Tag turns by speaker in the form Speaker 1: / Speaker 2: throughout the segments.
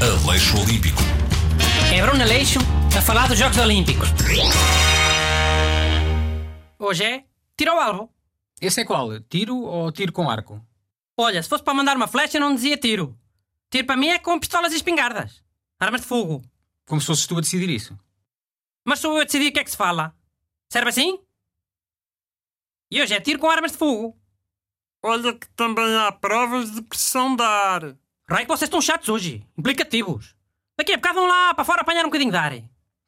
Speaker 1: Aleixo Olímpico.
Speaker 2: É Bruno Aleixo a falar dos Jogos Olímpicos. Hoje é tiro ao alvo.
Speaker 3: Esse é qual? Tiro ou tiro com arco?
Speaker 2: Olha, se fosse para mandar uma flecha, não dizia tiro. Tiro para mim é com pistolas e espingardas. Armas de fogo.
Speaker 3: Como se fosses tu a decidir isso.
Speaker 2: Mas sou eu a decidir o que é que se fala. Serve assim? E hoje é tiro com armas de fogo.
Speaker 4: Olha que também há provas de pressão da ar.
Speaker 2: Raio que vocês estão chatos hoje. Implicativos. Daqui a bocado vão lá para fora apanhar um bocadinho de ar.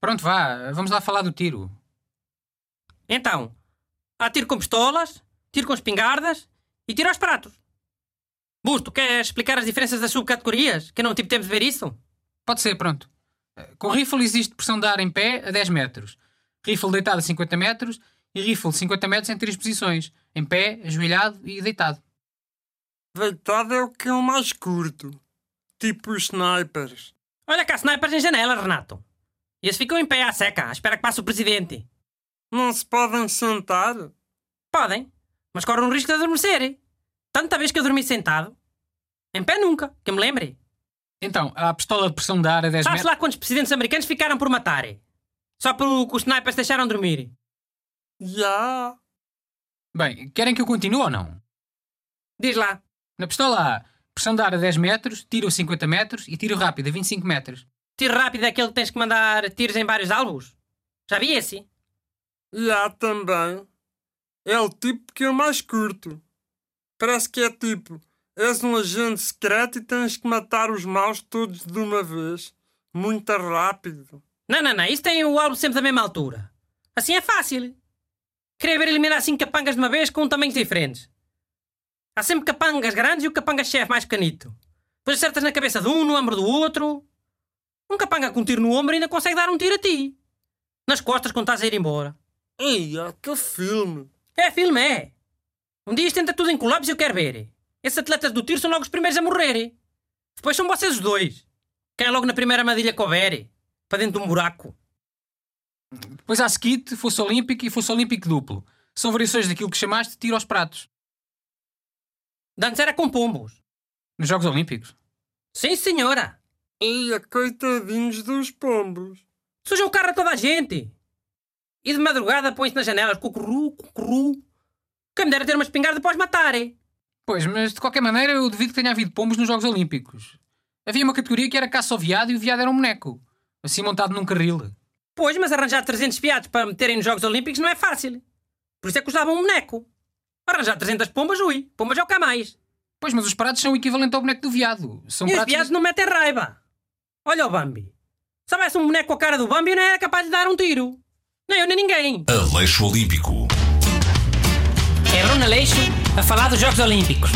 Speaker 3: Pronto, vá, vamos lá falar do tiro.
Speaker 2: Então, há tiro com pistolas, tiro com espingardas e tiro aos pratos. Busto, queres explicar as diferenças das subcategorias? Que eu não tive tempo de ver isso?
Speaker 3: Pode ser, pronto. Eh, Com rifle existe pressão de ar em pé a 10 metros, rifle deitado a 50 metros e rifle 50 metros em três posições: em pé, ajoelhado e deitado.
Speaker 4: Deitado é o que é o mais curto. Tipo os snipers.
Speaker 2: Olha cá, snipers em janela, Renato. E eles ficam em pé à seca, à espera que passe o presidente.
Speaker 4: Não se podem sentar?
Speaker 2: Podem, mas correm o risco de adormecerem. Tanta vez que eu dormi sentado. Em pé nunca, que eu me lembre.
Speaker 3: Então, a pistola de pressão de ar a 10
Speaker 2: Sabe-se
Speaker 3: metros.
Speaker 2: lá quantos presidentes americanos ficaram por matarem? Só porque os snipers deixaram dormir.
Speaker 4: Já.
Speaker 3: Bem, querem que eu continue ou não?
Speaker 2: Diz lá.
Speaker 3: Na pistola A, pressão de ar a 10 metros, tiro a 50 metros e tiro rápido a 25 metros.
Speaker 2: Tiro rápido é aquele que tens que mandar tiros em vários alvos? Já vi esse?
Speaker 4: Já também. É o tipo que é o mais curto. Parece que é tipo: és um agente secreto e tens que matar os maus todos de uma vez. Muito rápido.
Speaker 2: Não, não, não. Isso tem o alvo sempre da mesma altura. Assim é fácil. Queria ver eliminar cinco capangas de uma vez com um tamanhos diferentes. Há sempre capangas grandes e o capanga-chefe mais pequenito. Depois acertas na cabeça de um, no ombro do outro. Um capanga com um tiro no ombro ainda consegue dar um tiro a ti. Nas costas quando estás a ir embora.
Speaker 4: Ei, ah, que filme!
Speaker 2: É filme, é. Um dia isto entra tudo em colapso e eu quero ver. Esses atletas do tiro são logo os primeiros a morrerem. Depois são vocês os dois. Quem é logo na primeira armadilha que houver. Para dentro de um buraco.
Speaker 3: Depois há skit, fosse olímpico e fosse olímpico duplo. São variações daquilo que chamaste tiro aos pratos.
Speaker 2: Dantes era é com pombos.
Speaker 3: Nos Jogos Olímpicos.
Speaker 2: Sim, senhora.
Speaker 4: Ei, ah, coitadinhos dos pombos.
Speaker 2: Suja o carro a toda a gente. E de madrugada põe-se nas janelas. Cucurru, cucurru. Quem me dera ter uma espingarda para os matarem.
Speaker 3: Pois, mas de qualquer maneira eu duvido que tenha havido pombos nos Jogos Olímpicos. Havia uma categoria que era caça ao viado e o viado era um boneco. Assim montado num carril.
Speaker 2: Pois, mas arranjar 300 piados para meterem nos Jogos Olímpicos não é fácil. Por isso é que usavam um boneco. Arranjar 300 pombas, ui. Pombas é o que há mais.
Speaker 3: Pois, mas os pratos são o equivalente ao boneco do viado. São
Speaker 2: E os
Speaker 3: pratos.
Speaker 2: piados não metem raiva. Olha o Bambi. Se houvesse um boneco com a cara do Bambi, eu não era capaz de dar um tiro. Nem eu, nem ninguém.
Speaker 1: Aleixo Olímpico.
Speaker 2: É Bruno Aleixo a falar dos Jogos Olímpicos.